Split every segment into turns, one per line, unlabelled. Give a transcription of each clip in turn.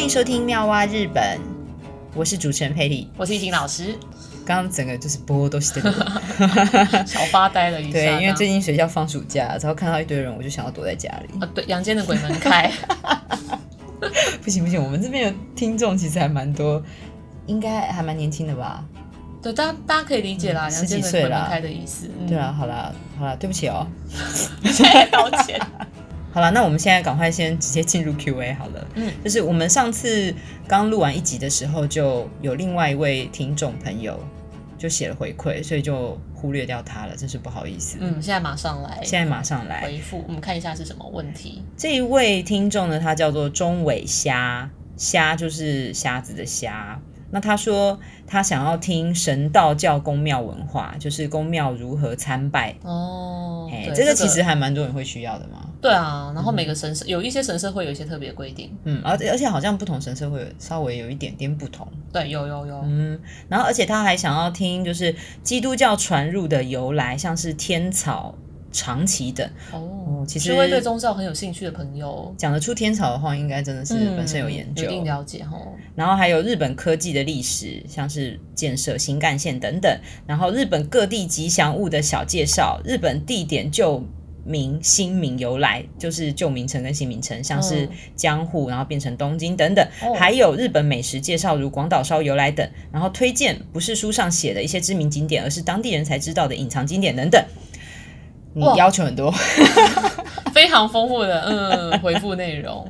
迎收听《妙蛙日本》，我是主持人佩丽。
我是易经老师，
刚刚整个就是波都是
小发呆了一下。
对，因为最
近
近学校放暑假，然后看到一堆人，我就想要躲在家里。
啊，对，阳间的鬼门 开，
不行不行，我们这边的听众其实还蛮多，应该还蛮年轻的吧？
对，大家大家可以理解啦，
嗯
阳间
十几
的
岁
鬼
啦
门开的意思。嗯
对啊，，好啦好啦，对不起哦。
道 歉。
好了，那我们现在赶快先直接进入 Q&A 好了。
嗯，
就是我们上次刚录完一集的时候，就有另外一位听众朋友就写了回馈，所以就忽略掉他了，真是不好意思。
嗯，现在马上来
现在马上来，
回复，我们看一下是什么问题。
这一位听众呢，他叫做钟伟虾，虾就是瞎子的虾。那他说他想要听神道教宫庙文化，就是宫庙如何参拜。
哦，
哎、
对
这个其实还嗯蛮多人会需要的嘛。
对啊，然后每个神社有一些神社会有一些特别规定，
嗯，而且而且好像不同神社会有稍微有一点点不同。
对，有有有，
嗯，然后而且他还想要听就是基督教传入的由来，像是天草、长旗等。
哦，
其实
是会对宗教很有兴趣的朋友，
讲得出天草的话，应该真的是
嗯
本身有研究。
一定了解哈。
然后还有日本科技的历史，像是建设新干线等等，然后日本各地吉祥物的小介绍，日本地点旧名新名由来，就是旧名城跟新名城，像是
嗯
江户，然后变成东京等等，
哦
还有日本美食介绍，如广岛烧由来等，然后推荐不是书上写的一些知名景点，而是当地人才知道的隐藏景点等等。你
哇
要求很多，
非常丰富的嗯回复内容，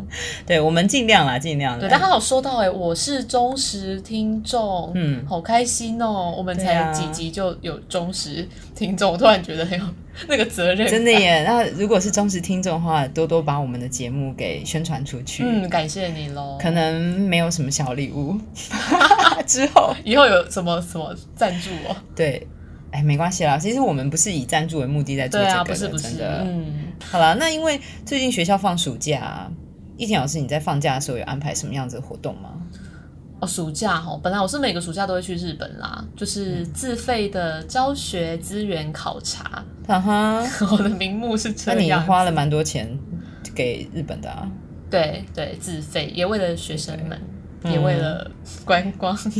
对我们尽量啦，尽量
对，但
啦。
他有说到哎、我是忠实听众，
嗯
好开心哦，我们
对啊
才几集就有忠实听众，我突然觉得很有 那个责任，
真的，耶！那如果是忠实听众的话，多多把我们的节目给宣传出去。
嗯，感谢你喽，
可能没有什么小礼 物，之后
以后有什么什么赞助哦，
对，哎，没关系啦。其实我们不是以赞助为目的在做
对
这个的，
啊，不是不
真
是，
的。
嗯，
好啦，那因为最近学校放暑假、一田老师你在放假的时候有安排什么样子的活动吗？
哦，暑假哦，本来我是每个暑假都会去日本啦，就是
嗯
自费的教学资源考察，
哈哈，
我的名目是这
那你
样，
花了蛮多钱给日本的啊，
对对，自费也为了学生们，也为
嗯
了观光。
其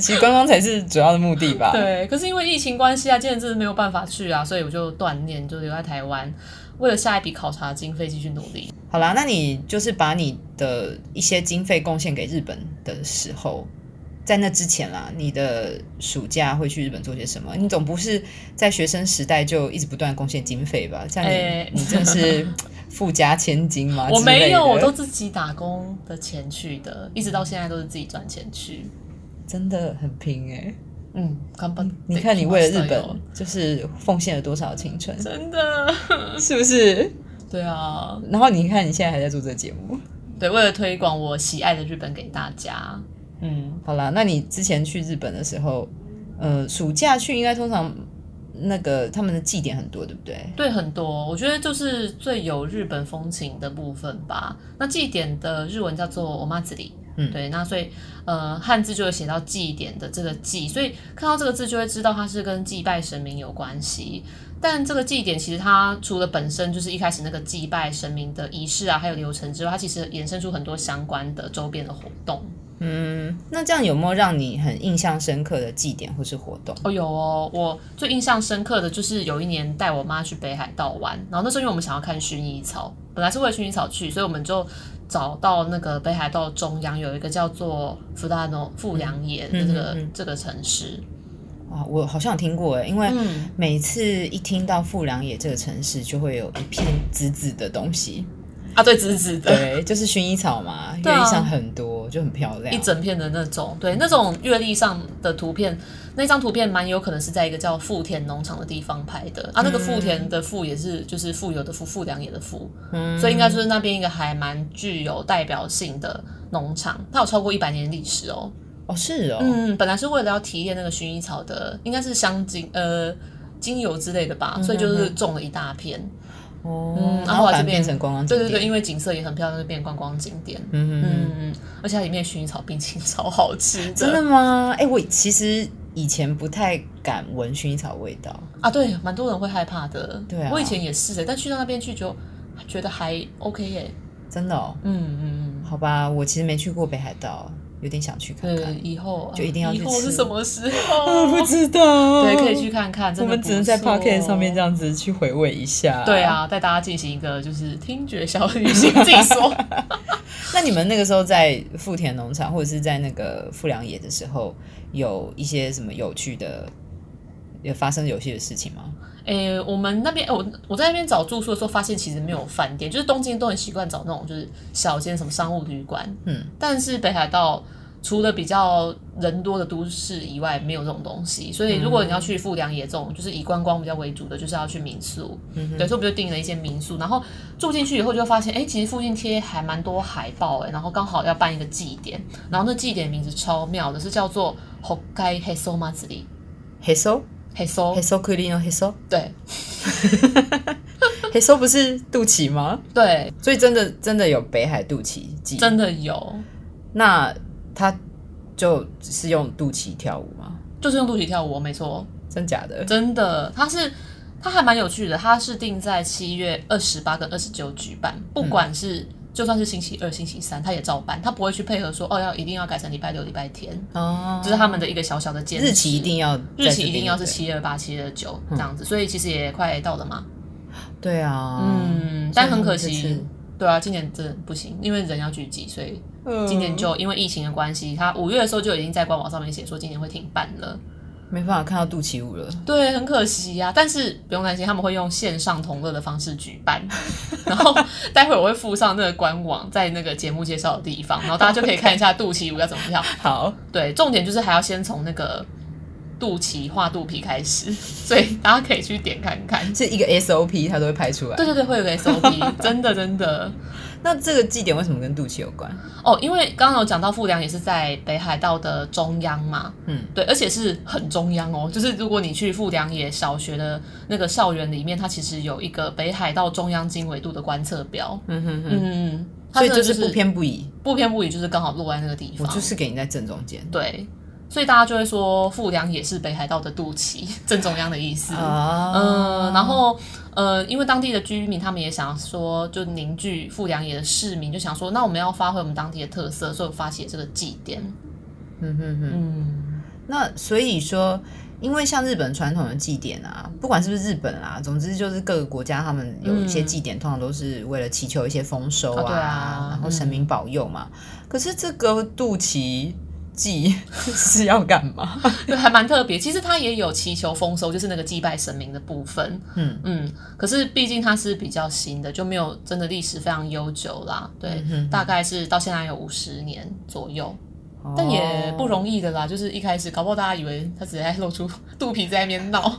实观光才是主要的目的吧？
对，可是因为疫情关系啊，今年真的没有办法去啊，所以我就断念，就留在台湾，为了下一笔考察经费继续努力。
好啦，那你就是把你的一些经费贡献给日本的时候，在那之前啦，你的暑假会去日本做些什么？你总不是在学生时代就一直不断贡献经费吧？这样你、
哎
你真 是富家千金吗？
我
啊之类
没有，
的
我都自己打工的钱去的，一直到现在都是自己赚钱去。
真的很拼哎、
嗯，干巴，
你看你为了日本就是奉献了多少青春，
真的，
是不是？
对啊，
然后你看你现在还在做这个节目。
对，为了推广我喜爱的日本给大家，嗯，
好啦，那你之前去日本的时候，呃，暑假去应该通常那个他们的祭典很多，对不对？
对，很多，我觉得就是最有日本风情的部分吧。那祭典的日文叫做“我妈子里”，
嗯
对，那所以呃汉字就有写到祭典的这个“祭”，所以看到这个字就会知道它是跟祭拜神明有关系。但这个祭典其实它除了本身就是一开始那个祭拜神明的仪式啊，还有流程之外，它其实衍生出很多相关的周边的活动。
嗯，那这样有没有让你很印象深刻的祭典或是活动？
哦，有哦，我最印象深刻的就是有一年带我妈去北海道玩，然后那时候因为我们想要看薰衣草，本来是为了薰衣草去，所以我们就找到那个北海道中央有一个叫做富大诺富良野的这个、
嗯嗯嗯
这个城市。
啊，我好像有听过诶，因为
嗯，
每次一听到富良野这个城市，就会有一片紫紫的东 西，
啊，对，紫紫的。
对，就是薰衣草嘛，
对
原
啊
地上很多，就很漂亮。
一整片的那种，
嗯
对那种阅历上的图片，那张图片蛮有可能是在一个叫富田农场的地方拍的啊。那个富田的富也是就是富有的富，富良野的富，
嗯
所以应该就是那边一个还蛮具有代表性的农场，它有超过一百年历史哦。
哦，是哦，
嗯，本来是为了要体验那个薰衣草的，应该是香精呃精油之类的吧，
嗯
所以就是种了一大片。
哦，
嗯
然
然后
后
来
反
这
而变
边
成观光景
对
点。
对对，因为景色也很漂亮，就变观光景点。
嗯嗯嗯。
嗯，而且它里面的薰衣草冰淇淋超好吃的，
真的吗？哎、我其实以前不太敢闻薰衣草味道，
啊，对，蛮多人会害怕的。
对啊
我以前也是的，但去到那边去就觉得还 OK 耶。
真的哦。
嗯嗯嗯，
好吧，我其实没去过北海道，有点想去看看
对，。以后啊
就一定要
以
去
后是
吃
什么时
啊，
候？
不知道。
对，可以去。看看。真
我
的
们只能在 p o c k e t 上面这
样。
样子去回味一下。
对。啊，带大家进行一个就是听觉小旅行，自己说。
那你们那个时候在富田农场或者是在那个富良野的时候，有一些什么有趣的，有发生有趣的事情吗？
诶、我们那边，呃我我在那边找住宿的时候，发现其实没有饭店，就是东京都很习惯找那种就是小间什么商务旅馆，
嗯，
但是北海道除了比较人多的都市以外，没有这种东西，所以如果你要去富良野这种就是以观光比较为主的，就是要去民宿，
嗯哼
对，所以我们就订了一些民宿，然后住进去以后就发现，诶，其实附近贴还蛮多海报，诶，然后刚好要办一个祭典，然后那祭典名字超妙的，是叫做 Hokkaido Heso m a z u r i
黑手，
Heso
黑手库里诺黑手，
对
黑手不是肚脐吗？
对，
所以真的真的有北海肚脐记，
真的有，
那他就只是用肚脐跳舞吗？
就是用肚脐跳舞，没错，
真假的？
真的，它是它还蛮有趣的，它是定在七月二十八跟二十九举办，不管是、就算是星期二、星期三，它也照办，它不会去配合说哦要一定要改成礼拜六、礼拜天，
哦，
这、是他们的一个小小的坚持。
日期一定要
日期一定要是
期，
七二八、七二九这样子，所以其实也快到了嘛。
对啊，
嗯，
所以
但
他
很
们
可
这次
惜，对啊，今年真的不行，因为人要聚集，所以
嗯，
今年就因为疫情的关系，它五月的时候就已经在官网上面写说今年会停办了。
没办法看到肚脐舞了。
对，很可惜呀、但是不用担心，他们会用线上同乐的方式举办。然后待会我会附上那个官网，在那个节目介绍的地方，然后大家就可以看一下肚脐舞要怎么跳。
好，
对，重点就是还要先从那个肚脐画肚皮开始，所以大家可以去点看看。
是一个 SOP，它都会拍出来
对。对对，会有个 SOP，真的真的
那这个祭典为什么跟肚脐有关？
哦，因为刚刚有讲到富良也是在北海道的中央嘛，
嗯，
对，而且是很中央哦，就是如果你去富良野小学的那个校园里面，它其实有一个北海道中央经纬度的观测表，
嗯哼哼，
嗯，它
所以
真的
就是不偏不倚，
不偏不倚，就是刚好落在那个地
我
方，
就是给你在正中间。
对，所以大家就会说富良野是北海道的肚脐， 正中央的意思。
啊
嗯，然后呃，因为当地的居民他们也想说，就凝聚富良野的市民，就想说，那我们要发挥我们当地的特色，所以我发起了这个祭典。
嗯哼哼，
嗯，
那所以说，因为像日本传统的祭典啊，不管是不是日本啊，总之就是各个国家他们有一些祭典，通常都是为了祈求一些丰收
啊对啊嗯
然后神明保佑嘛。可是这个肚脐祭 是要干嘛？
对，还蛮特别。其实它也有祈求丰收，就是那个祭拜神明的部分。
嗯
嗯，可是毕竟它是比较新的，就没有真的历史非常悠久啦。对，
嗯哼
大概是到现在有五十年左右， 但也不
哦，
容易的啦。就是一开始搞不好大家以为他只是在露出肚皮在那边闹，
哦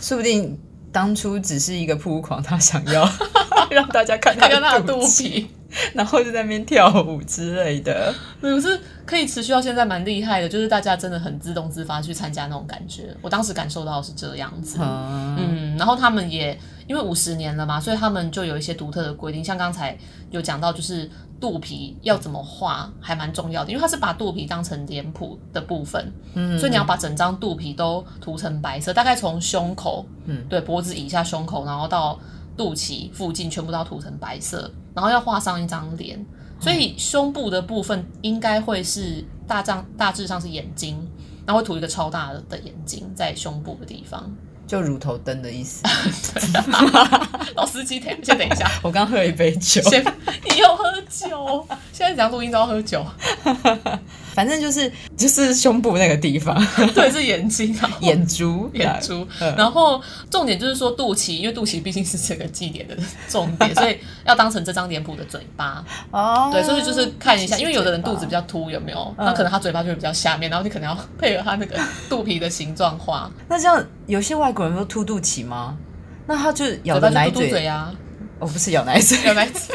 说不定当初只是一个扑狂，他想要 让大家看
看看他
他
的
肚
肚
脐，
皮。
然后就在那边跳舞之类的。
对，可是可以持续到现在，蛮厉害的。就是大家真的很自动自发去参加那种感觉，我当时感受到是这样子。
嗯，
嗯，然后他们也因为五十年了嘛，所以他们就有一些独特的规定，像刚才有讲到，就是肚皮要怎么画，还蛮重要的，因为它是把肚皮当成脸谱的部分，
嗯
所以你要把整张肚皮都涂成白色，大概从胸口，
嗯
对，脖子以下胸口，然后到肚脐附近全部都要涂成白色，然后要画上一张
嗯
脸，所以胸部的部分应该会是大丈大致上是眼睛。然后会涂一个超大的眼睛在胸部的地方，
就乳头灯的意思。
老司机，等先等一 下，
我刚喝了一杯酒。
先你又喝酒，现在怎样录音都要喝酒，
反正就是就是胸部那个地 方，
对，是眼睛啊，
眼珠
眼珠。
嗯
然后重点就是说肚脐，因为肚脐毕竟是整个祭典的重点，所以要当成这张脸谱的嘴巴。
哦，
对，所以就是看一下，因为有的人肚子比
较
较凸，有没有？
嗯
那可能他嘴巴就会比较下面，然后你可能要配合他那个肚皮的形状画，
那这样，有些外国人不是凸肚脐吗？那他就咬
嘴
的
巴
奶
就凸凸 嘴啊，
哦，不是咬奶嘴，
有来 吃。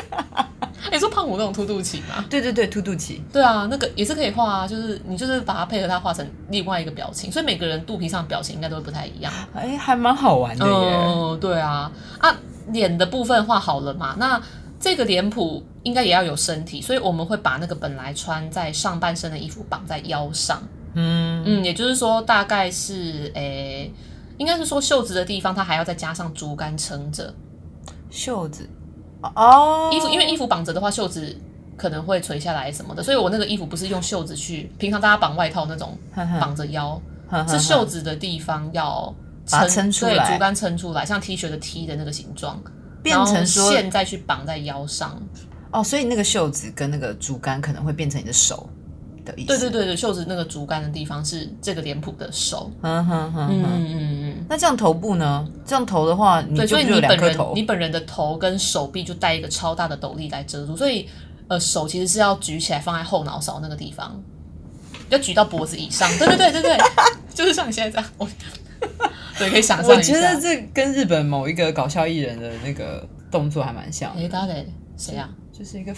你说胖虎那种凸肚脐吗？
对对对，凸肚脐，
对啊，那个也是可以画啊，就是你就是把它配合它画成另外一个表情，所以每个人肚皮上的表情应该都会不太一样。
哎，还蛮好玩的耶。
嗯，对啊，啊，脸的部分画好了嘛，那这个脸谱应该也要有身体，所以我们会把那个本来穿在上半身的衣服绑在腰上，
嗯，
嗯，也就是说大概是诶。应该是说袖子的地方，它还要再加上竹竿撑着
袖子哦，哦
衣服，因为衣服绑着的话，袖子可能会垂下来什么的，所以我那个衣服不是用袖子去，平常大家绑外套那种
哼哼
绑着腰，
嗯哼
啊是
哼
袖子的地方要
把它撑出来
对，竹竿撑出来，像 T 恤的 T 的那个形状，
变成说
然后线再去绑在腰上。
哦，所以那个袖子跟那个竹竿可能会变成你的手的意思。
对对对对，袖子那个竹竿的地方是这个脸谱的手。
嗯哼哼
嗯
哼。
嗯嗯
那这样头部呢？这样头的话，你
嗯，对，
就
所以
只有
你
两
本
颗
人
头
你本人的头跟手臂就带一个超大的斗笠来遮住，所以呃手其实是要举起来放在后脑勺那个地方，要举到脖子以上。对对对对对， 就是像你现在这样， 我对可以想象
我
啊一下。
觉得这跟日本某一个搞笑艺人的那个动作还蛮像
哎、，大家得谁啊？
就是一个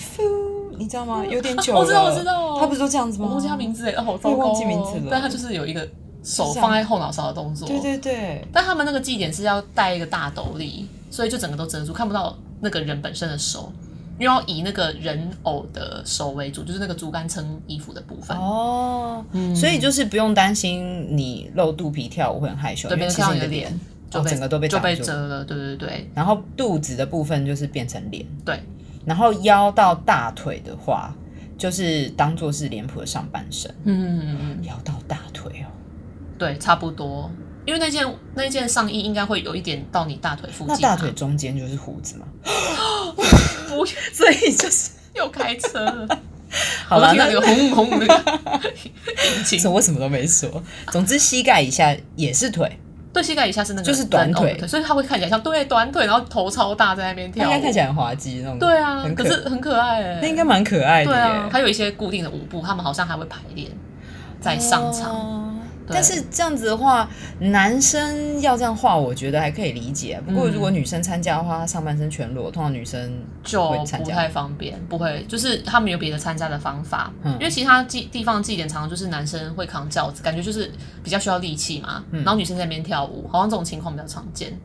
你知道吗？有点久了，
我知道我知道
他不是都这样子
我
吗？
忘记他名字哎，哦，好糟糕、哦，
我也忘记名字了
但他就是有一个手放在后脑勺的动作。
对对对，
但他们那个祭典是要戴一个大斗笠，所以就整个都遮住，看不到那个人本身的手，因为要以那个人偶的手为主，就是那个竹竿撑衣服的部分。
哦，
嗯
所以就是不用担心你露肚皮跳舞会很害羞，
对
因为
别人
其
看
实你
到你
的
的
脸
脸
哦
就
整个都被
就被
挡住
遮了，对对对，
然后肚子的部分就是变成脸，
对，
然后腰到大腿的话，就是当做是脸谱的上半身，
嗯，
腰到大腿哦，
对，差不多。因为那件那件上衣应该会有一点到你大腿附
那
近、
大
啊，
腿中间就是胡子嘛，
不
所以就是
又开车了，
好了，
我就听
那
到那个轰轰轰那个引擎
所以我什么都没说。总之膝盖以下也是腿，
对，膝盖以下是那个
就是短腿
人偶的所以他会看起来像对短腿，然后头超大在那边
它
跳
应
舞。
该看起来很滑稽那种，
对啊，
很
可
可
是很可爱哎、
那应该蛮可爱的
对啊，
耶，
还有一些固定的舞步，他们好像还会排练在上场。
哦
对
但是这样子的话，男生要这样画，我觉得还可以理解。不
嗯
过如果女生参加的话，她上半身全裸，通常女生
就
会参
不
加
太方便，不会，就是他们有别的参加的方法，
嗯
因为其他祭地方祭典常常就是男生会扛轿子，感觉就是比较需要力气嘛，
嗯
然后女生在那边跳舞，好像这种情况比较常见。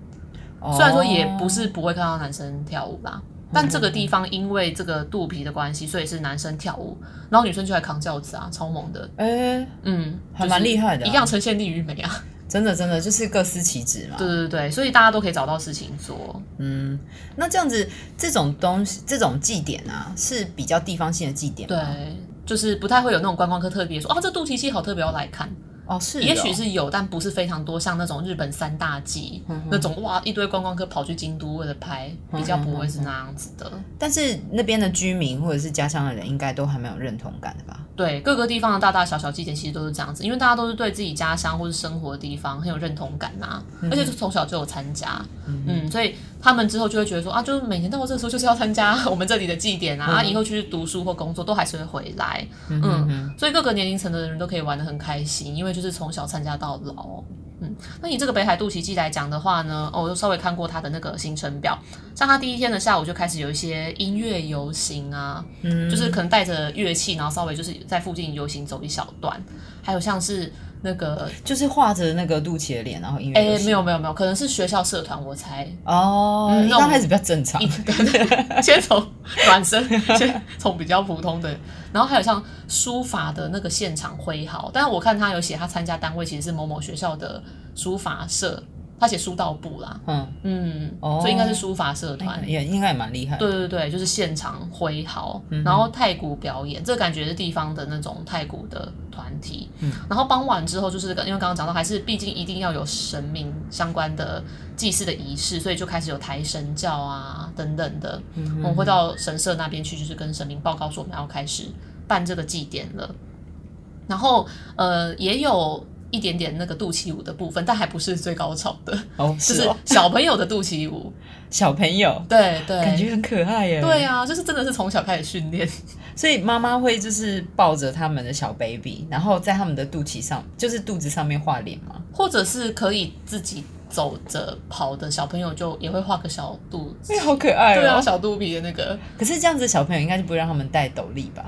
哦
虽然说也不是不会看到男生跳舞啦，但这个地方因为这个肚皮的关系，所以是男生跳舞，然后女生就来扛轿子啊，超猛的，
哎、
嗯，
还蛮厉害的啊
就是一样呈现力与美啊。
真的真的就是各司其职嘛。
对对对，所以大家都可以找到事情做。
嗯，那这样子这种东西，这种祭典啊，是比较地方性的祭典
对
吗。，
就是不太会有那种观光客特别说哦，这肚脐戏好特别要来看，
哦，是哦，
也许是有，但不是非常多，像那种日本三大祭、
嗯
那种哇，一堆观光客跑去京都为了拍，比较
嗯
不会是那样子的。
但是那边的居民或者是家乡的人，应该都还蛮有认同感的吧？
对，各个地方的大大小小祭典其实都是这样子，因为大家都是对自己家乡或是生活的地方很有认同感呐、而且就从小就有参加，嗯所以他们之后就会觉得说啊，就是每年到这个时候就是要参加 我们这里的祭典啊，啊以后去读书或工作都还是会回来，嗯，所以各个年龄层的人都可以玩得很开心，因为就是从小参加到老。嗯，那以这个北海肚脐记来讲的话呢，哦，我就稍微看过他的那个行程表，像他第一天的下午就开始有一些音乐游行啊，就是可能带着乐器，然后稍微就是在附近游行走一小段，还有像是那个，
就是画着那个肚脐的脸，然后音乐
哎、
游戏
没有没有没有，可能是学校社团，我猜，
哦，
嗯
一
那我
刚开始比较正常
一 先从暖身，先从比较普通的，然后还有像书法的那个现场挥毫，但是我看他有写他参加单位其实是某某学校的书法社，他写书道部啦，
嗯，
嗯，
哦
所以应该是书法社团，
也应该也蛮厉害的。
对对对，就是现场挥毫，
嗯
然后太鼓表演，这感觉是地方的那种太鼓的团体。
嗯
然后傍晚之后，就是因为刚刚讲到，还是毕竟一定要有神明相关的祭祀的仪式，所以就开始有抬神教啊等等的。
嗯
我们会到神社那边去，就是跟神明报告说我们要开始办这个祭典了。然后呃，也有一点点那个肚脐舞的部分，但还不是最高潮的，
哦，
就是是
哦，
小朋友的肚脐舞。
小朋友
对对，
感觉很可爱耶。
对啊，就是真的是从小开始训练，
所以妈妈会就是抱着他们的小 baby，然后在他们的肚脐上，就是肚子上面画脸嘛。
或者是可以自己走着跑的小朋友，就也会画个小肚子
哎，。好可爱
对啊，
哦！
小肚皮的那个
可是这样子小朋友应该就不会让他们戴斗笠吧？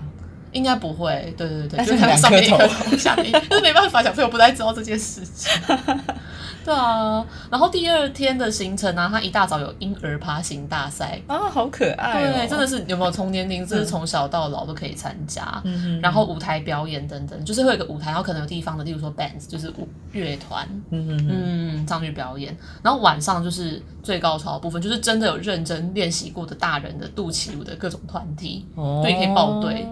应该不会，对对对，
但
就是是看到
两
上
颗
面一
头
颗头，下面一颗，就是没办法，小朋友不太知道这件事情。对啊，然后第二天的行程啊呢、他一大早有婴儿爬行大赛，
啊，好可爱哦！
对，真的是有没有从年龄，就是
嗯
从小到老都可以参加。
嗯哼，
然后舞台表演等等，就是会有一个舞台，然后可能有地方的，例如说 bands，就是舞乐团，
嗯哼哼，
嗯，上去表演。然后晚上就是最高潮的部分，就是真的有认真练习过的大人的肚脐舞的各种团体，
哦
对可以报队，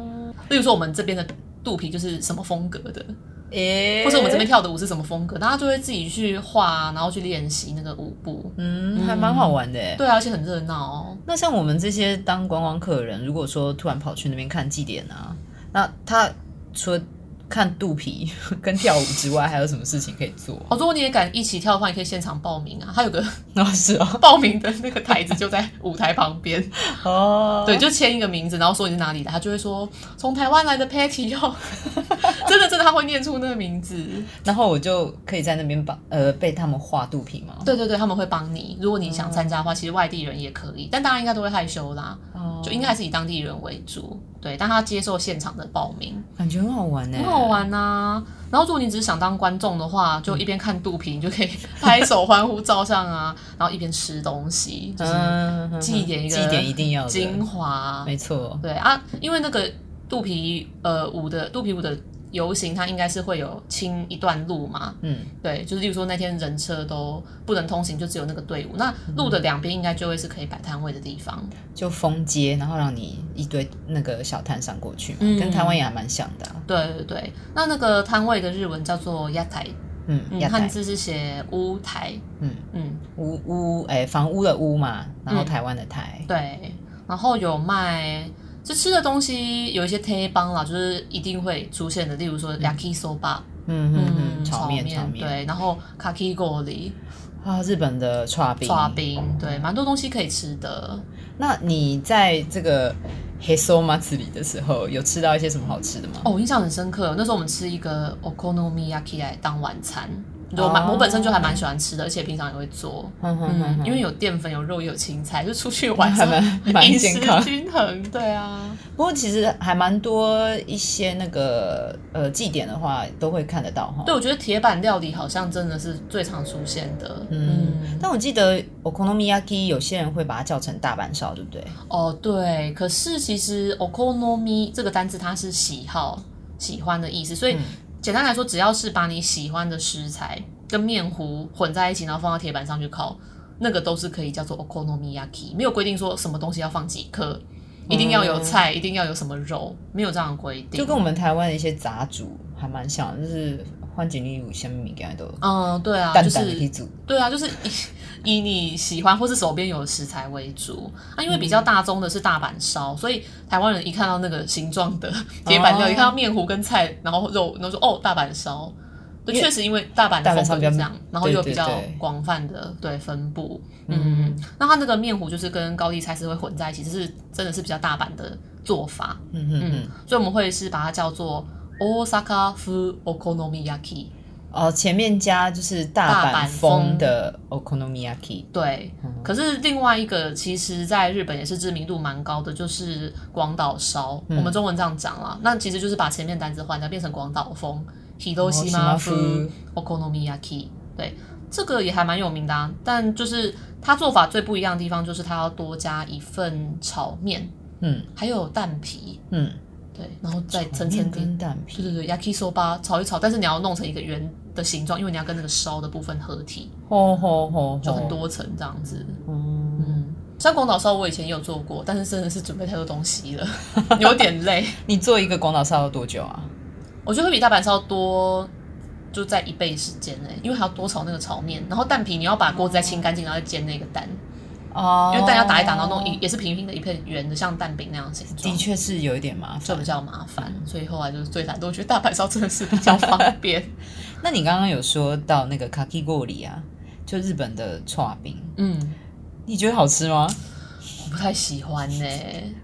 例如说我们这边的肚皮就是什么风格的，
诶，
或者我们这边，跳的舞是什么风格，大家就会自己去画，然后去练习那个舞步。
嗯，还蛮好玩的诶。
对啊，而且很热闹哦。
那像我们这些当观光客的人，如果说突然跑去那边看祭典啊，那他除了看肚皮 跟跳舞之外，还有什么事情可以做？
哦，如果你也敢一起跳的话，你可以现场报名啊。它有个
哦，是哦，
报名的那个台子就在舞台旁边，
哦，
对，就签一个名字，然后说你是哪里的，他就会说从台湾来的 Patty 哦，真的真的他会念出那个名字。
然后我就可以在那边帮呃被他们画肚皮吗？
对对对，他们会帮你。如果你想参加的话，其实外地人也可以，但大家应该都会害羞啦，
嗯哦，
就应该还是以当地人为主。对，但他接受现场的报名，
感觉很好玩呢，
很好。玩欸呐、然后如果你只是想当观众的话，就一边看肚皮，你就可以拍手欢呼照相啊，然后一边吃东西，就是
嗯，
祭典一个
祭典一定要的，
精华。
没错，
对啊，因为那个肚皮呃舞的肚皮舞的游行，它应该是会有清一段路嘛。
嗯，
对，就是例如说那天人车都不能通行，就只有那个队伍。那路
嗯
的两边应该就会是可以摆摊位的地方。
就封街，然后让你一堆那个小摊商过去嘛，
嗯
跟台湾也还蛮像的啊、
对对对，那那个摊位的日文叫做亚台，
嗯，
嗯
亚
汉
太，
字是写屋台。
嗯，
嗯，
屋屋，哎、房屋的屋嘛，然后台湾的台，
对。然后有卖，就吃的东西有一些贴帮啦，就是一定会出现的，例如说 yaki soba，
嗯嗯嗯，炒面
面
炒面，
对，然后 kaki gori，
啊，日本的刨冰，
抓冰，对，蛮多东西可以吃的。
那你在这个黑松马子里的时候，有吃到一些什么好吃的吗？
哦，我印象很深刻，那时候我们吃一个 okonomiyaki 来当晚餐，就蛮、
哦
我本身就还蛮喜欢吃的，而且平常也会做。
哼哼哼
嗯，
哼
因为有淀粉、有肉、也有青菜，就 出去玩
还蛮蛮
饮
健
食
康
均衡。对啊，
不过其实还蛮多一些那个呃祭典的话都会看得到哈。
对，我觉得铁板料理好像真的是最常出现的。
嗯
嗯，
但我记得 okonomiyaki 有些人会把它叫成大阪烧，对不对？
哦对，可是其实 okonomi 这个单词它是喜好、喜欢的意思，所以
嗯
简单来说，只要是把你喜欢的食材跟面糊混在一起，然后放到铁板上去烤，那个都是可以叫做 okonomiyaki，没有规定说什么东西要放几颗，一定要有菜，一定要有什么肉，没有这样的规定。
就跟我们台湾的一些杂煮还蛮像，就是欢景丽乳香米干都
嗯，对啊，
淡
就
淡的一
是
组。
对啊，就是以以你喜欢或是手边有的食材为主。啊，因为比
嗯
较大宗的是大阪烧，所以台湾人一看到那个形状的铁板料理，
哦
看到面糊跟菜，然后肉，然后说哦，大阪烧。对，
因为
确实因为大阪
大
的
阪
风
烧
格
比
就
较
这样，然后又
对
比
对
较
对
广泛的对分布。
嗯
嗯，那它那个面糊就是跟高丽菜是会混在一起，只是真的是比较大阪的做法。
嗯哼
嗯
嗯，，
所以我们会是把它叫做 Osaka Fu Okonomiyaki。
哦，前面加就是大阪风的 okonomiyaki，
对，可是另外一个其实在日本也是知名度蛮高的，就是广岛烧，我们中文这样讲啦。那其实就是把前面单字换掉，变成广岛风哦 （Hiroshima Fu Okonomiyaki）。对，这个也还蛮有名的、啊，但就是它做法最不一样的地方，就是它要多加一份炒面，
嗯
还有蛋皮，
嗯，
对，然后再层层
面
叠。
跟蛋皮
对对对，yaki soba 炒一炒，但是你要弄成一个圆的形状，因为你要跟那个烧的部分合体，
吼吼吼，
就很多层这样子。
嗯。
嗯，像广岛烧我以前也有做过，但是真的是准备太多东西了， 有点累。
你做一个广岛烧要多久啊？
我觉得会比大阪烧多，就在一倍时间呢、因为还要多炒那个炒面，然后蛋皮你要把锅子再清干净，然后再煎那个蛋，
哦，
因为蛋要打一打，然后弄一也是平平的一片圆的，像蛋饼那样的形状
的。确是有一点麻
就
烦
比。较麻烦，所以后来就是最懒惰。我觉得大阪烧真的是比较方便。
那你刚刚有说到那个 kaki g o r i 啊，就日本的刨冰，
嗯，
你觉得好吃吗？
我不太喜欢呢、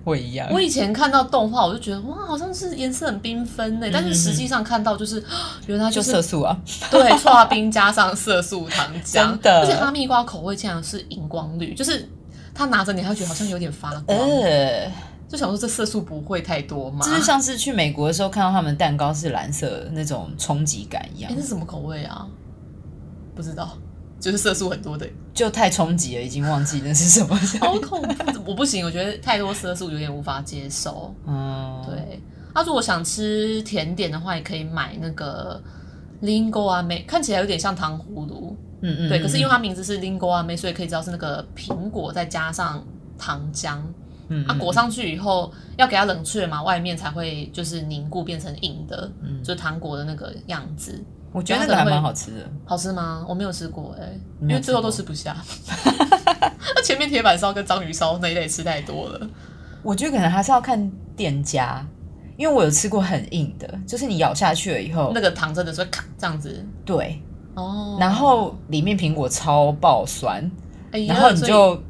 我一样
我。以前看到动画，我就觉得哇，好像是颜色很缤纷呢，但是实际上看到就是， 啊原来
就
就是
色素啊，
对，搓冰加上色素糖浆
真，的
而且哈密瓜口味竟然是荧光绿，就是它拿着你还会觉得好像有点发光，
呃，
就想说这色素不会太多吗？
就是上次去美国的时候看到他们蛋糕是蓝色的那种冲击感一样
哎、这，是什么口味啊？不知道，就是色素很多的，
就太冲击了，已经忘记那是 什么。
好恐 怖！我不行，我觉得太多色素有点无法接受。
嗯，
对，他、如果想吃甜点的话，也可以买那个 Lingo 啊梅，看起来有点像糖葫芦，
嗯嗯，
对，可是因为
为
它名字是 Lingo 啊梅，所以可以知道是那个苹果再加上糖浆，
嗯
它、啊裹上去以后要给它冷却嘛，外面才会就是凝固变成硬的，
嗯
就是糖果的那个样子。
我觉得那个还蛮好吃的，
好吃吗？我没有吃过哎、
你
因
没有
为最后
吃过
都吃不下。 那前面铁板烧跟章鱼烧那一类吃太多了，
我觉得可能还是要看店家，因为我有吃过很硬的，就是你咬下去了以后，
那个糖真的是会咔这样子
对，
哦。
然后里面苹果超爆酸，
哎呀
然后你
所以
就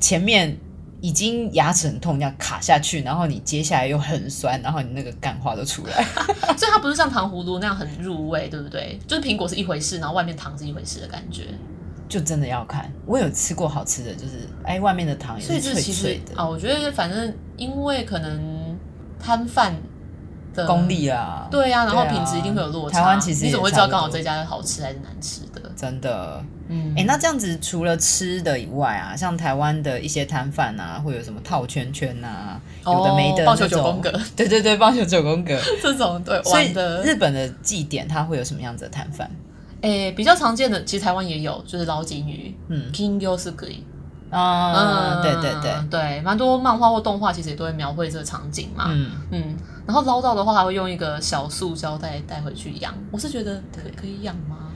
前面已经牙齿很痛，这样卡下去，然后你接下来又很酸，然后你那个干话都出来。
所以它不是像糖葫芦那样很入味，对不对？就是苹果是一回事，然后外面糖是一回事的感觉。
就真的要看，我有吃过好吃的，就是哎，外面的糖也
所以
是
这
脆
其实
脆的，
啊，我觉得反正因为可能摊贩的
功，力啊，
对呀、然后
对啊
品质一定会有落差。
台湾其实
你
也
怎么会知
差
道
不
刚好
多
这家好吃还是难吃的？
真的。
嗯，
哎、那这样子除了吃的以外啊，像台湾的一些摊贩啊，会有什么套圈圈啊，有的没的
哦棒球
那种
九宫格
对对对，棒球九宫格。
这种对
所以
玩的
日本的祭典它会有什么样子的摊贩？
诶、比较常见的，其实台湾也有，就是捞金鱼
嗯
k i n g y o s u g i
啊、
嗯
对对对，
对，蛮多漫画或动画其实也都会描绘这个场景嘛。嗯
嗯，
然后捞到的话，还会用一个小塑胶袋带回去养。我是觉得可以可以养吗？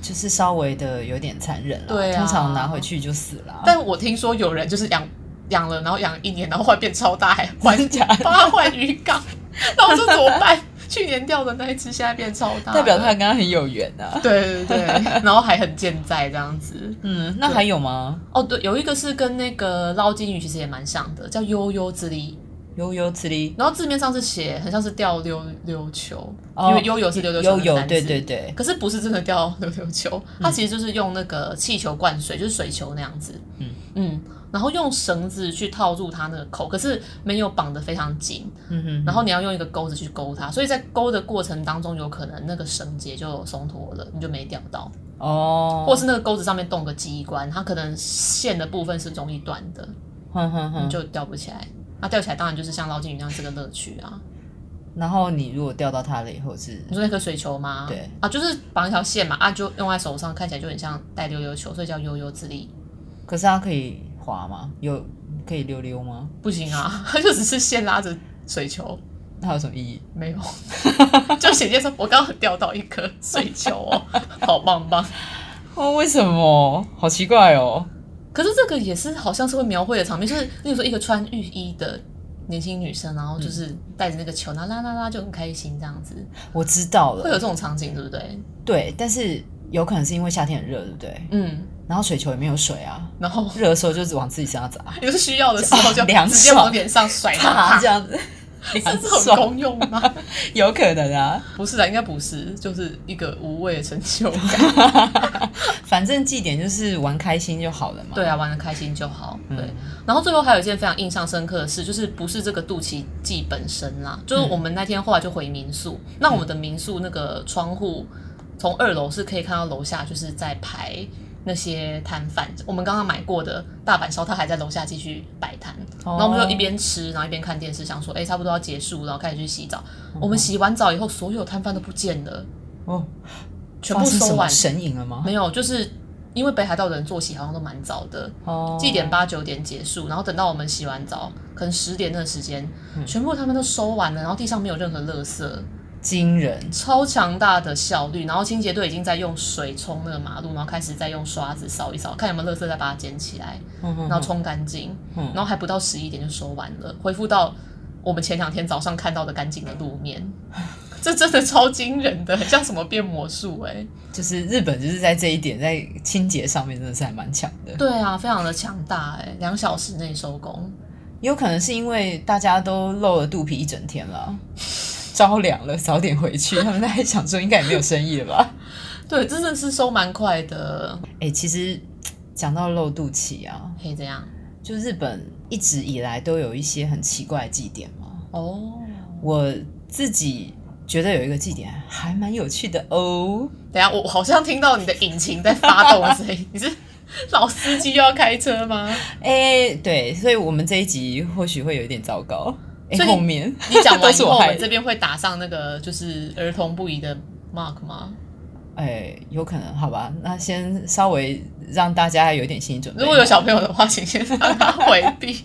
就是稍微的有点残忍了。
对啊
通常拿回去就死了。
但我听说有人就是养养了，然后养一年，然后后来变超 大，还换
真 假
帮它换鱼缸， 那我说怎么办？去年掉的那一只现在变超大了，
代表他跟他很有缘 啊。
对对对，然后还很健在这样子。
嗯，那还有吗？
哦，对，有一个是跟那个捞金鱼其实也蛮像的，叫悠悠之力。
悠悠吃力，
然后字面上是写很像是钓溜溜球，
哦
因为悠悠是溜溜球
悠
的
悠
单，字
对对。嗯对，
可是不是真的钓溜溜球，它其实就是用那个气球灌水，就是水球那样子。
嗯
嗯，然后用绳子去套住它那个口，可是没有绑得非常紧，
嗯哼，
然后你要用一个钩子去勾它，所以在勾的过程当中，有可能那个绳结就松脱了，你就没钓到，
哦，
或是那个钩子上面动个机关，它可能线的部分是容易断的。
哼哼
你
哼，
就吊不起来。那、吊起来当然就是像捞金鱼那样这个乐趣啊。
然后你如果钓到它了以后是
你说那颗水球吗？
对
啊，就是绑一条线嘛，啊，就用在手上，看起来就很像带溜溜球，所以叫悠悠之力。
可是它可以滑吗？有可以溜溜吗？
不行啊， 它就只是线拉着水球，
那它有什么意义？
没有， 就显现说我刚刚钓到一颗水球哦，好棒棒。
哦，为什么？好奇怪哦。
可是这个也是好像是会描绘的场面，就是例如说一个穿浴衣的年轻女生，然后就是带着那个球，然后啦啦啦就很开心这样子，
我知道
会有
了，
这种场景，对不对？
对，但是有可能是因为夏天很热，对不对？
嗯，
然后水球也没有水啊，
然后
热的时候就是往自己身上砸，
有需要的时候就
哦凉爽
直接往脸上甩
啪
它
这，样子，
这
凉
是很
爽，
公用吗？
有可能啊。
不是啊，应该不是，就是一个无谓的成就感。
反正祭典就是玩开心就好了嘛。
对啊，玩的开心就好。对，
嗯
然后最后还有一件非常印象深刻的事，就是不是这个肚脐记本身啦，就是我们那天后来就回民宿，
嗯
那我们的民宿那个窗户从二楼是可以看到楼下就是在排。那些摊贩，我们刚刚买过的大阪烧，它还在楼下继续摆摊，
哦
然后我们就一边吃，然后一边看电视，想说，哎、差不多要结束，然后开始去洗澡。
嗯
我们洗完澡以后，所有摊贩都不见了，
哦，
全部
发生什
收
么
完。
神隐了吗？
没有，就是因为北海道的人作息好像都蛮早的，
哦，
七点八九点结束，然后等到我们洗完澡，可能十点那个时间，全部他们都收完了，然后地上没有任何垃圾，
哦惊人，
超强大的效率。然后清洁队已经在用水冲那个马路，然后开始在用刷子扫一扫，看有没有垃圾再把它捡起来，
嗯哼
然后冲干净，
嗯
然后还不到十一点就收完了，恢复到我们前两天早上看到的干净的路面。这真的超惊人的，很像什么变魔术哎、
就是日本就是在这一点在清洁上面真的是还蛮强的。
对啊，非常的强大哎、两小时内收工。
有可能是因为大家都露了肚皮一整天了，着凉了，早点回去。他们在想说应该也没有生意了 吧？
对，真的是收蛮快的，
哎、其实讲到露肚脐啊，
可以这样
就日本一直以来都有一些很奇怪的祭典嘛。
哦。
我自己觉得有一个祭典还蛮有趣的哦。
等一下，我好像听到你的引擎在发动的声 音，你是老司机又要开车吗？
哎，对，所以我们这一集或许会有一点糟糕。哎
所以
后面
你 讲
都
完以
是我
后，我
害
们这
的。
边会打上那个就是儿童不宜的 mark 吗？
哎，有可能，好吧，那先稍微让大家有一点心理准备。
如果有小朋友的话，请先让他回 避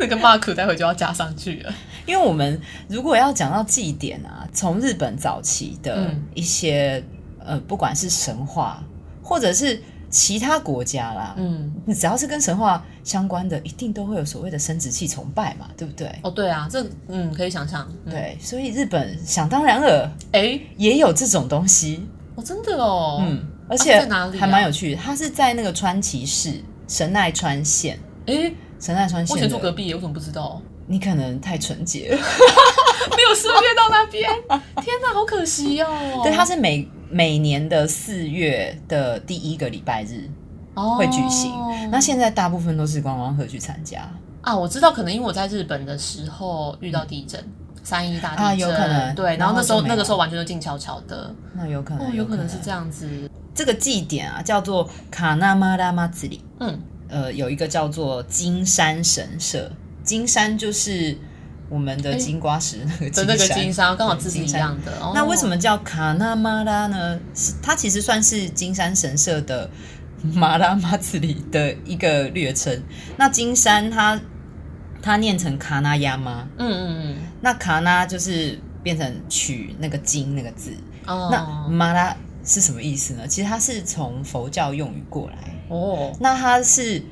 那个 mark，待会就要加上去了。
因为我们如果要讲到祭典啊，从日本早期的
嗯
一些、呃，不管是神话或者是其他国家啦，
嗯，
你只要是跟神话相关的，一定都会有所谓的生殖器崇拜嘛，对不对？
哦，对啊，这嗯可以想象。嗯，
对，所以日本想当然尔
哎、
也有这种东西，
哦，真的哦，
嗯，而
啊
且
在哪里啊
还蛮有趣的，它是在那个川崎市神奈川县，
哎、
神奈川
我以前
县
住隔
的，
壁，我怎么不知道？
你可能太纯洁了。
没有涉猎到那边，天哪，好可惜哦。
对，它是每每年的四月的第一个礼拜日，会举行
哦
那现在大部分都是观光客去参加
啊，我知道，可能因为我在日本的时候遇到地震，三一大地震，
啊有可能
对，然
然
后
后
那时候
就没
那个
了
时候完全就静悄悄的，
那有可能，
哦，有可能是
这
这样子，
这个祭典啊，叫做卡纳马拉马子里，
嗯，
呃，有一个叫做金山神社，金山就是我们的
哎
金瓜石那个金
的
山。
那个经商刚好
对
字是
金
一
山
样的，哦
那为什么叫卡纳马拉呢？是它其实算是金山神社的马拉马子里的一个略称。那金山它它念成卡纳亚吗？
嗯嗯嗯
那卡纳就是变成取那个金那个字，，那
哦
马拉是什么意思呢？其实它是从佛教用语过来，
哦
那它是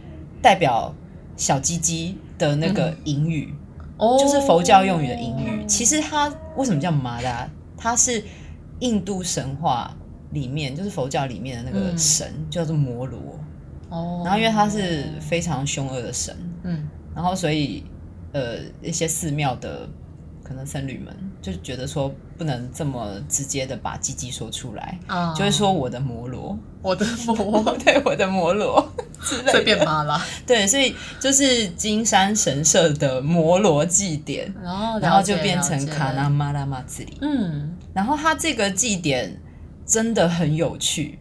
代表小鸡鸡的那个隐语，
嗯哦，
就是佛教用语的隐语。其实它为什么叫马拉？它是印度神话里面，就是佛教里面的那个
嗯
神、叫做摩罗，
哦，
然后因为他是非常凶恶的神，
嗯
然后所以呃一些寺庙的可能僧侣们就觉得说不能这么直接的把鸡鸡说出来，
啊，
就会说我的摩罗，
我的魔
对我的摩罗 之类的
随便妈啦，
对，所以就是金山神社的摩罗祭典，
然后
然后就变
哦了
成
解
卡纳，马拉玛祭里。
嗯
然后它这个祭典真的很有趣，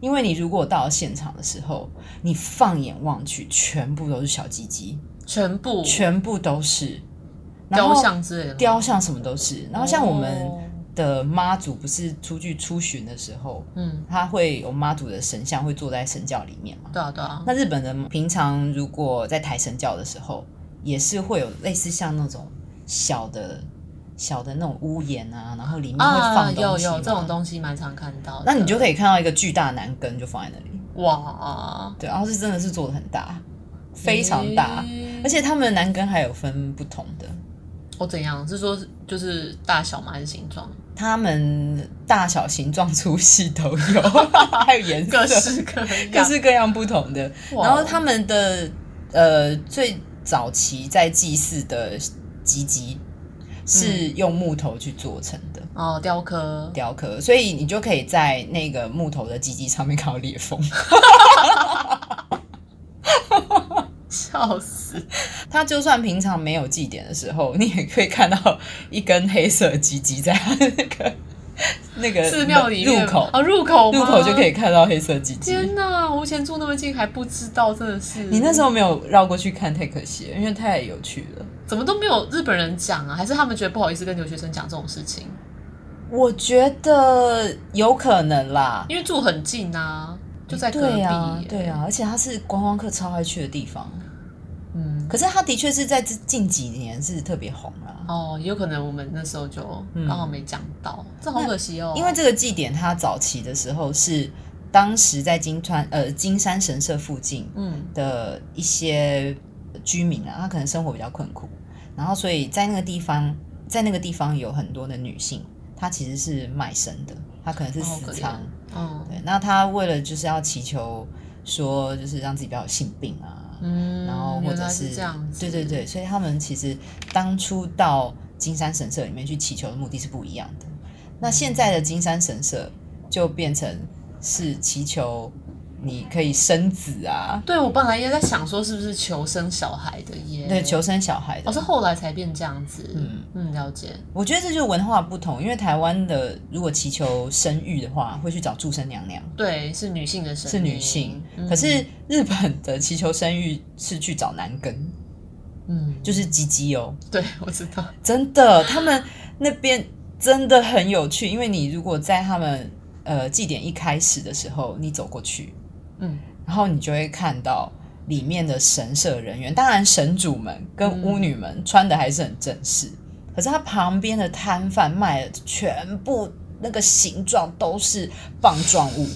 因为你如果到现场的时候，你放眼望去，全部都是小鸡鸡，
全部
全部都是，然
雕
后
像之类的吗，
雕像什么都是。然后像我们
哦
的妈祖不是出去出巡的时候，
嗯，
他会有妈祖的神像会坐在神教里面嘛？
对啊对啊，
那日本人平常如果在抬神教的时候，也是会有类似像那种小的、小的那种屋檐啊，然后里面会
啊，
放
有
东西、
有这种，东西蛮常看到的。
那你就可以看到一个巨大男根就放在那里，
哇，
对，然后是真的是做的很大，非常大，
诶
而且他们的男根还有分不同的，
我怎样是说就是大小吗？还是形 状？
他们大小、形状、粗细都有， 还有颜
各
色，
式各样。
各式各样不同的。
哇
然后他们的呃最早期在祭祀的鸡鸡嗯是用木头去做成的
哦，雕刻，
雕刻，所以你就可以在那个木头的鸡鸡上面看到裂缝。
笑死！
它就算平常没有祭典的时候，你也可以看到一根黑色的鸡鸡在它那个 那个
寺庙里面
呃入口
啊，入口吗
入口就可以。看到黑色鸡鸡。
天哪！我以前住那么近还不知道，真的是。
你那时
候
候没有绕过去看，太可惜了，因为太有趣了。
怎么都没有日本人讲啊？还是他们觉得不好意思跟留学生讲这种事情？
我觉得有可能啦，
因为住很近啊，就在隔壁
对
耶、
啊，对啊，而且它是观光客超爱去的地方。
嗯，
可是它的确是在这近几年是特别红啦，
哦，有可能我们那时候就
嗯
刚好没讲到，这好可惜哦。
因为这个祭典它早期的时候是当时在金川呃金山神社附近
嗯，
的一些居民啊，他可能生活比较困苦，然后所以在那个地方，在那个地方有很多的女性，她其实是卖身的，她可能是
哦好
私
可怜
娼。
嗯
对，那她为了就是要祈求说，就是让自己不要有性病啊，
嗯，
然后或
原
者
来
是
这样子，
对对对，所以他们其实当初到金山神社里面去祈求的目的是不一样的。那现在的金山神社就变成是祈求你可以生子啊，
对我本来也在想说是不是求生小孩的耶，哦
对，求生小孩的。
我是后来才变这样子，嗯嗯，了解，
我觉得这就是文化不同，因为台湾的如果祈求生育的话，会去找祝生娘娘，
对，是女性的生
是
命
女性。
嗯
可是日本的祈求生育是去找男根，
嗯，
就是鸡鸡哦，
对我知道，
真的，他们那边真的很有趣，因为你如果在他们呃祭典一开始的时候，你走过去，
嗯，
然后你就会看到里面的神社人员，当然神主们跟巫女们穿的还是很正式，可是他旁边的摊贩卖的全部那个形状都是棒状物，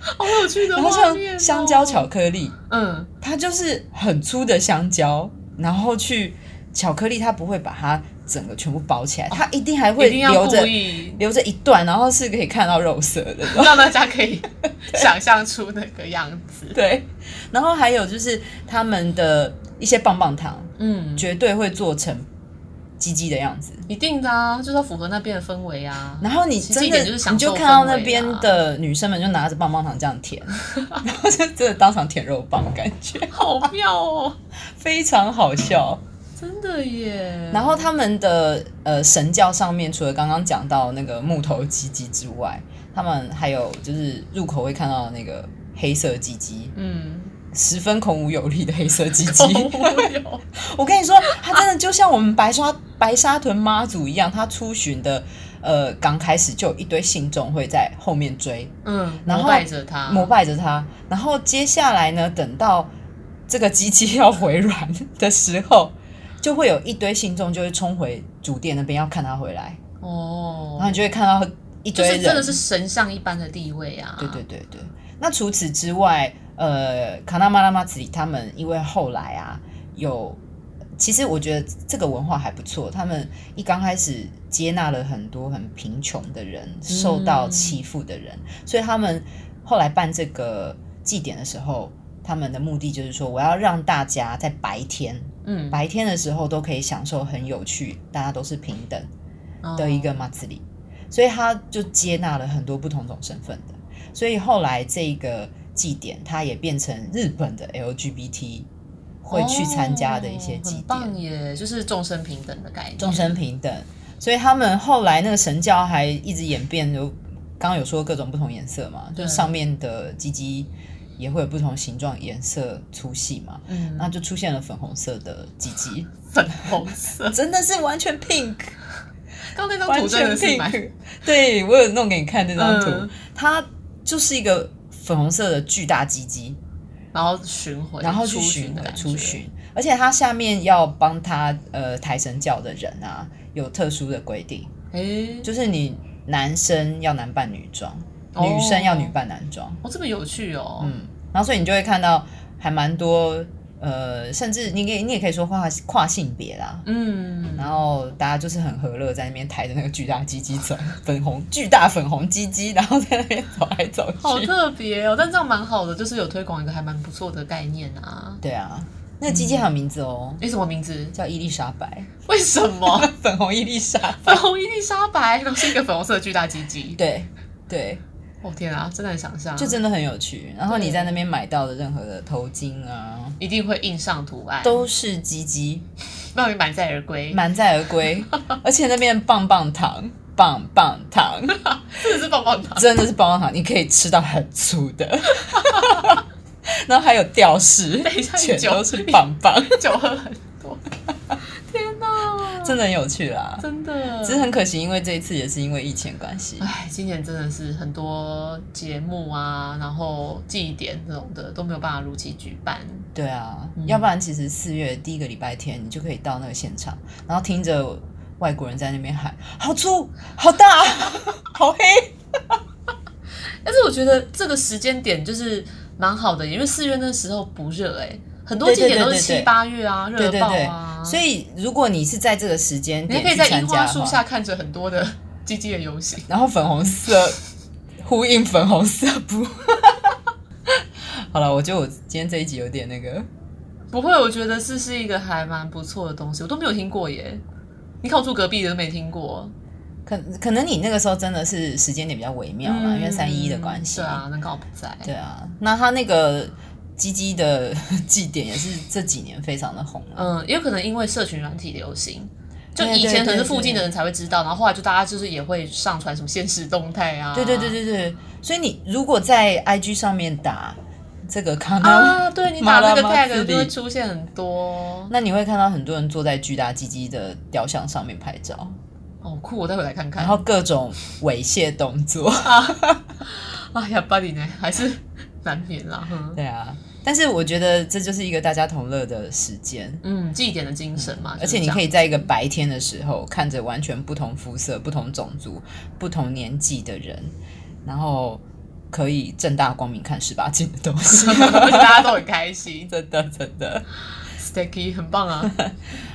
好有趣的
然后
画
像
面哦
香蕉、巧克力，
嗯，
它就是很粗的香蕉，然后去巧克力，它不会把它整个全部包起来，它一定还会
哦一定要
留
故
着
意
留着一段，然后是可以看到肉色的。
让大家可以想象出那个样子，
对，然后还有就是他们的一些棒棒糖，
嗯，
绝对会做成鸡鸡的样子。
一定的啊，就是要符合那边的氛围啊。
然后你
其实
真
这一
的
点就是享
你就
受
看到
氛
那
围
边
啊
的女生们就拿着棒棒糖这样舔，然后就真的当场舔肉棒，感觉
好妙哦，
非常好笑。
真的耶。
然后他们的呃神教上面，除了刚刚讲到那个木头鸡鸡之外，他们还有就是入口会看到那个黑色鸡鸡，
嗯，
十分孔武有力的黑色鸡鸡。
有
我跟你说，它真的就像我们白沙白沙屯妈祖一样，它出巡的呃刚开始就有一堆信众会在后面追，
嗯，
然后
膜拜着他，
膜拜着它。然后接下来呢，等到这个鸡鸡要回软的时候，就会有一堆信众就会冲回主殿那边要看它回来。然后
哦，
你就会看到一
就
堆
是
人，
真的是神像一般的地位啊。
对对对对。那除此之外，呃，卡纳马拉马子里他们因为后来啊，有其实我觉得这个文化还不错，他们一刚开始接纳了很多很贫穷的人，受
嗯
到欺负的人，所以他们后来办这个祭典的时候。他们的目的就是说，我要让大家在白天
嗯，
白天的时候都可以享受很有趣，大家都是平等，
哦
的一个马自里，所以他就接纳了很多不同种身份的，所以后来这个祭典，它也变成日本的 LGBT 会去参加的一些
哦
祭典，
很棒耶，就是众生平等的概念。
众生平等。所以他们后来那个神教还一直演变，有刚刚有说各种不同颜色嘛，就
对
上面的鸡鸡也会有不同形状、颜色、粗细嘛，
嗯，
那就出现了粉红色的鸡鸡，
粉红色，
真的是完全 pink。
刚刚那张
完
图真
全
的是蛮
pink，对我有弄给你看那张图，
嗯
它就是一个粉红色的巨大鸡鸡，
然后巡回，
然后去
出
巡
的
回
感觉
出，巡，而且它下面要帮他呃抬神教的人啊，有特殊的规定，
哎，
就是你男生要男扮女装，
哦
女生要女扮男装，
哦，这么有趣哦，
嗯，然后所以你就会看到还蛮多呃，甚至你可以你也可以说跨跨性别啦，
嗯，
然后大家就是很和乐，在那边抬着那个巨大鸡鸡走，粉红巨大粉红鸡鸡，然后在那边走来走
好
去。
特别哦，但这样蛮好的，就是有推广一个还蛮不错的概念啊。
对啊，那个鸡鸡还有名字哦，
你什么名字？
叫伊丽莎白，
为什么
粉红伊丽莎白。
粉红伊丽莎白都是一个粉红色的巨大鸡鸡？
对对，
哦天啊，真的很想象，
就真的很有趣。然后你
对
在那边买到的任何的头巾啊，
一定会印上图案，
都是鸡鸡，
让你满载而归，
满载而归。而且那边棒棒糖，棒棒糖，
真的是棒棒糖。
真的是棒棒糖，你可以吃到很粗的。 然后还有吊饰
等一，下
全
你酒
都是棒棒。
酒喝很 多，天哪，
真的很有趣啦。
真的，
只是很可惜，因为这一次也是因为疫情关系，
哎，今年真的是很多节目啊，然后祭典这种的都没有办法如期举办。
对啊，
嗯
要不然其实四月第一个礼拜天你就可以到那个现场，然后听着外国人在那边喊“好粗、好大、 好黑
但是我觉得这个时间点就是蛮好的，因为四月那时候不热哎、很多
对
祭
对
典都是
对对
七
对
八月啊，”，
对
热
对
爆
对
啊，，
所
以
以如果你是在这个时间
你还
点
可以
去
在
参
樱
加
花
的
树
话，
下看着很多的 鸡鸡的游行。
然后粉红色呼应粉红色不？ 好了，我觉得我今天这一集有点那个，
不会，我觉得这是一个还蛮不错的东西，我都没有听过耶。你看我住隔壁的都没听过，
可可能你那个时候真的是时间点比较微妙嘛，因为三一的关系。
嗯对啊，那刚好不在。
对啊，那他那个鸡鸡的 祭典也是这几年非常的红啊。
嗯，也有可能因为社群软体流行，就
对
以前可能
对对
是附近的人才会知道，然后后来就大家就是也会上传什么现实动态啊，
对对对对对，所以你如果在 IG 上面打这个康纳、
啊，对你打那
麻辣
个
麻刺
tag
里
就会出现很多，
那你会看到很多人坐在巨大鸡鸡的雕像上面拍照，
好哦酷，我待会来看看
然。后各种猥亵动作。
哎呀，巴黎呢还是难免啦，嗯哼
对啊，但是我觉得这就是一个大家同乐的时间。
嗯，祭典的精神嘛，
而且你
以。。
可以在一个白天的时候，看着完全不同肤色、不同种族、不同年纪的人，然后可以正大光明看十八禁的东西
大家都很开心
真的，真的。
，Sticky 很棒啊！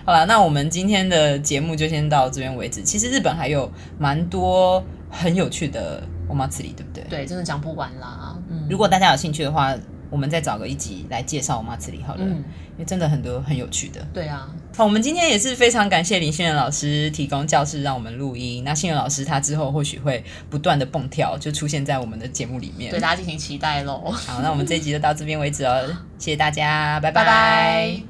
好了，那我们今天的节目就先到这边为止。其实日本还有蛮多很有趣的 o m a t s u 对不对？
对，真的讲不完啦。嗯，
如果大家有兴趣的话，我们再找个一集来介绍 o m a t s u 好了，
嗯，
因为真的很多很有趣的。
对啊，
好，我们今天也是非常感谢林信仁老师提供教室让我们录音。那信仁老师他之后或许会不断的蹦跳，就出现在我们的节目里面
对。大家敬请期待喽，
好，那我们这一集就到这边为止哦，谢谢大家，拜
拜拜。